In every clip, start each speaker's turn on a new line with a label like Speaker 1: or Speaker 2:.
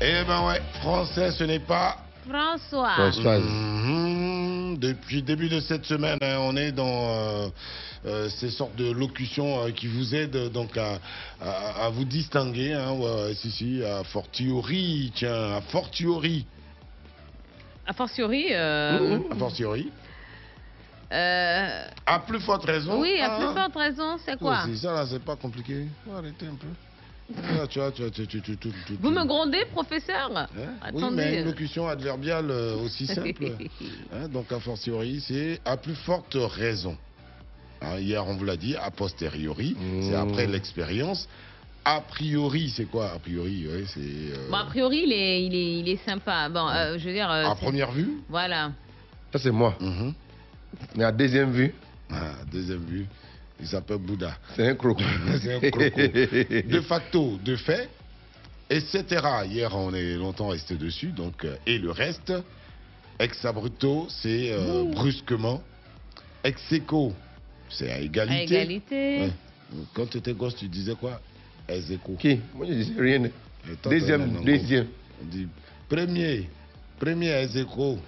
Speaker 1: Eh ben ouais, français, ce n'est pas.
Speaker 2: François.
Speaker 3: Françoise.
Speaker 1: Mhm. Depuis début de cette semaine, hein, on est dans euh, euh, ces sortes de locutions euh, qui vous aident euh, donc à, à- à vous distinguer. hein, ouais, ouais, si, si, à fortiori, tiens, à fortiori.
Speaker 2: A fortiori. euh,
Speaker 1: A fortiori.
Speaker 2: euh,
Speaker 1: À plus forte raison.
Speaker 2: oui, à plus
Speaker 1: hein.
Speaker 2: forte raison, c'est
Speaker 1: Ouais,
Speaker 2: quoi
Speaker 1: C'est ça, là, c'est pas compliqué. Faut Arrêter un peu. Là, tu vois, tu vois, tu- tu- tu- tu- tu-
Speaker 2: Vous me grondez, professeur
Speaker 1: Hein Oui, mais
Speaker 2: Attendez.
Speaker 1: une locution adverbiale euh, aussi simple. Hein, donc, a fortiori, c'est à plus forte raison. Hein, hier, on vous l'a dit, a posteriori,
Speaker 3: Mmh.
Speaker 1: c'est après l'expérience. A priori, c'est quoi A priori, ouais, c'est euh,
Speaker 2: bon, a priori, il est, il est, il est sympa. Bon, euh, je veux dire.
Speaker 1: à
Speaker 2: euh, Bah, c'est-
Speaker 1: Ah, première vue.
Speaker 2: Voilà.
Speaker 3: Ça, c'est moi.
Speaker 1: Mhm.
Speaker 3: Mais à deuxième vue,
Speaker 1: Ah, deuxième vue, il s'appelle Bouddha.
Speaker 3: c'est un croco.
Speaker 1: C'est un croco. de facto, de fait, etc. Hier, on est longtemps resté dessus. Donc, euh, et le reste, ex abrupto, c'est euh, brusquement. Ex aequo, c'est à
Speaker 2: À
Speaker 1: égalité.
Speaker 2: égalité.
Speaker 1: Ouais. Quand tu étais gosse, tu disais quoi Ex aequo.
Speaker 3: Qui Moi, je disais rien.
Speaker 1: Attends, non, non,
Speaker 3: Deuxième,
Speaker 1: non.
Speaker 3: deuxième.
Speaker 1: On dit premier, premier ex aequo.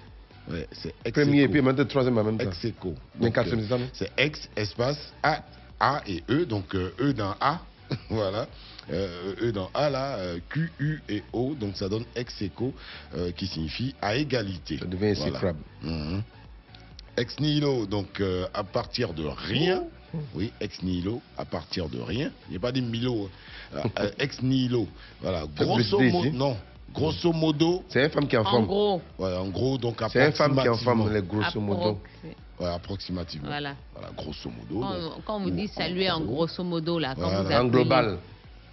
Speaker 1: Ouais, c'est ex
Speaker 3: Premier et
Speaker 1: aequo.
Speaker 3: puis maintenant troisième en même temps.
Speaker 1: Ex aequo.
Speaker 3: Mais
Speaker 1: Donc,
Speaker 3: quatre,
Speaker 1: euh,
Speaker 3: c'est ça, non
Speaker 1: c'est ex espace A, A et E, donc euh, E dans A, voilà. Euh, e dans A là, euh, Q, U et O, donc ça donne ex aequo euh, qui signifie à égalité.
Speaker 3: Ça devient
Speaker 1: Voilà.
Speaker 3: exécrable.
Speaker 1: Mhm. Ex nihilo, donc euh, à partir de rien.
Speaker 3: Oh.
Speaker 1: Oui, ex nihilo, à partir de rien. Il n'y a pas des milo. hein. Euh, euh, ex nihilo. Voilà,
Speaker 3: Ça peut
Speaker 1: grosso
Speaker 3: se
Speaker 1: modo.
Speaker 3: dire.
Speaker 1: Non, grosso modo.
Speaker 3: C'est une femme qui est en
Speaker 2: En
Speaker 3: forme.
Speaker 2: gros.
Speaker 1: ouais, en gros, donc
Speaker 3: C'est une femme qui est en forme,
Speaker 1: approximativement.
Speaker 3: les grosso modo.
Speaker 2: approx-
Speaker 1: Ouais, approximativement.
Speaker 2: Voilà. Oh,
Speaker 1: Voilà, grosso modo. donc.
Speaker 2: Quand, quand on vous dit
Speaker 1: Ou
Speaker 2: saluer en grosso modo, là, quand
Speaker 1: Voilà.
Speaker 2: vous
Speaker 3: En
Speaker 2: appelez-
Speaker 3: global,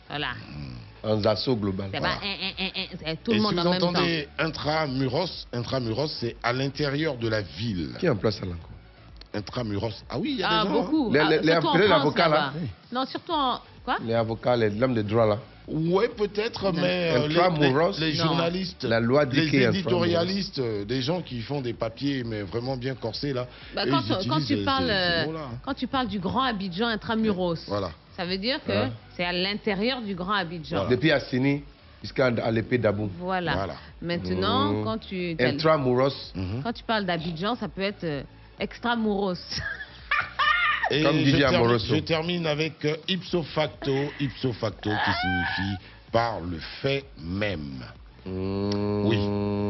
Speaker 2: Voilà.
Speaker 3: en assaut global.
Speaker 2: C'est
Speaker 3: Voilà.
Speaker 2: pas un, un, un, un, c'est tout
Speaker 1: Et
Speaker 2: le
Speaker 1: si
Speaker 2: monde
Speaker 1: vous
Speaker 2: en même temps.
Speaker 1: entendez intramuros, intramuros, c'est à l'intérieur de la ville.
Speaker 3: Qui est en place à l'encore
Speaker 1: Intramuros. Ah oui, il y a
Speaker 2: Ah,
Speaker 1: des gens.
Speaker 2: beaucoup.
Speaker 3: Les-
Speaker 2: Ah,
Speaker 3: les- les
Speaker 2: surtout en
Speaker 3: appelés
Speaker 2: France,
Speaker 3: l'avocat, là.
Speaker 2: là-bas. Non, surtout en. Quoi
Speaker 3: Les avocats, les lames de droit là.
Speaker 1: Oui, peut-être, mais euh, les,
Speaker 3: Intramuros.
Speaker 1: les- les
Speaker 2: Non.
Speaker 1: journalistes,
Speaker 3: La loi dit
Speaker 1: les
Speaker 3: qu'il y a
Speaker 1: éditorialistes, euh, des gens qui font des papiers, mais vraiment bien corsés, là.
Speaker 2: Bah,
Speaker 1: eux,
Speaker 2: quand,
Speaker 1: ils
Speaker 2: quand
Speaker 1: utilisent
Speaker 2: tu
Speaker 1: ces-
Speaker 2: parles,
Speaker 1: ces
Speaker 2: euh,
Speaker 1: mots-là, hein.
Speaker 2: quand tu parles du Grand Abidjan intramuros,
Speaker 1: Voilà.
Speaker 2: ça veut dire que
Speaker 3: Voilà.
Speaker 2: c'est à l'intérieur du Grand Abidjan.
Speaker 1: Voilà.
Speaker 3: Depuis Assini jusqu'à à l'épée d'Abou.
Speaker 2: Voilà.
Speaker 1: Voilà.
Speaker 2: Maintenant,
Speaker 3: Mmh.
Speaker 2: quand, tu, t'as-
Speaker 3: Intramuros.
Speaker 1: Mhm.
Speaker 2: quand tu parles d'Abidjan, ça peut être euh, extramuros.
Speaker 1: Et
Speaker 3: Comme
Speaker 1: je,
Speaker 3: Didier
Speaker 1: termine-
Speaker 3: Amoroso.
Speaker 1: je termine avec euh, ipso facto, ipso facto qui signifie par le fait même. Mm. Oui,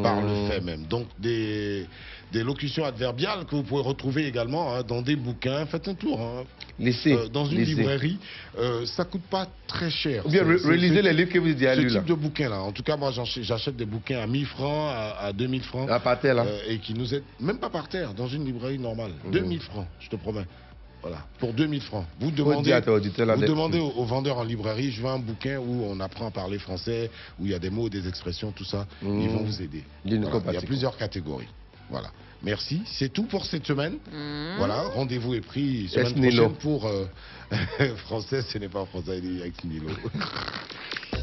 Speaker 1: par le
Speaker 3: Mmh.
Speaker 1: fait même. Donc des, des locutions adverbiales que vous pouvez retrouver également hein, dans des bouquins. Faites un tour. hein.
Speaker 3: Laissez.
Speaker 1: Euh, dans une
Speaker 3: laissez.
Speaker 1: librairie, euh, ça coûte pas très cher.
Speaker 3: Ou bien
Speaker 1: C'est-
Speaker 3: re-
Speaker 1: c'est-
Speaker 3: relisez
Speaker 1: c'est-
Speaker 3: les livres que vous avez déjà
Speaker 1: ce
Speaker 3: lus là.
Speaker 1: type de bouquin là. En tout cas, moi j'en- j'achète des bouquins à 1000 francs, à, à 2000 francs.
Speaker 3: À partir Ah, là. Mmh.
Speaker 1: euh, et qui nous aident, même pas par terre, dans une librairie normale. 2000 francs, je te promets. Voilà, pour 2000 francs. Vous
Speaker 3: Faut dire
Speaker 1: demandez,
Speaker 3: à ton auditeur, là,
Speaker 1: vous
Speaker 3: de-
Speaker 1: demandez aux, aux vendeurs en librairie, je veux un bouquin où on apprend à parler français, où il y a des mots, des expressions, tout ça.
Speaker 3: Mmh.
Speaker 1: Ils vont vous aider.
Speaker 3: Dis nous
Speaker 1: Voilà,
Speaker 3: quoi,
Speaker 1: Il y a
Speaker 3: Patrick.
Speaker 1: plusieurs catégories. Voilà. Merci. C'est tout pour cette semaine.
Speaker 2: Mmh.
Speaker 1: Voilà, rendez-vous est pris semaine
Speaker 3: nihilo.
Speaker 1: prochaine pour euh, français, ce n'est pas français, il est ex nihilo.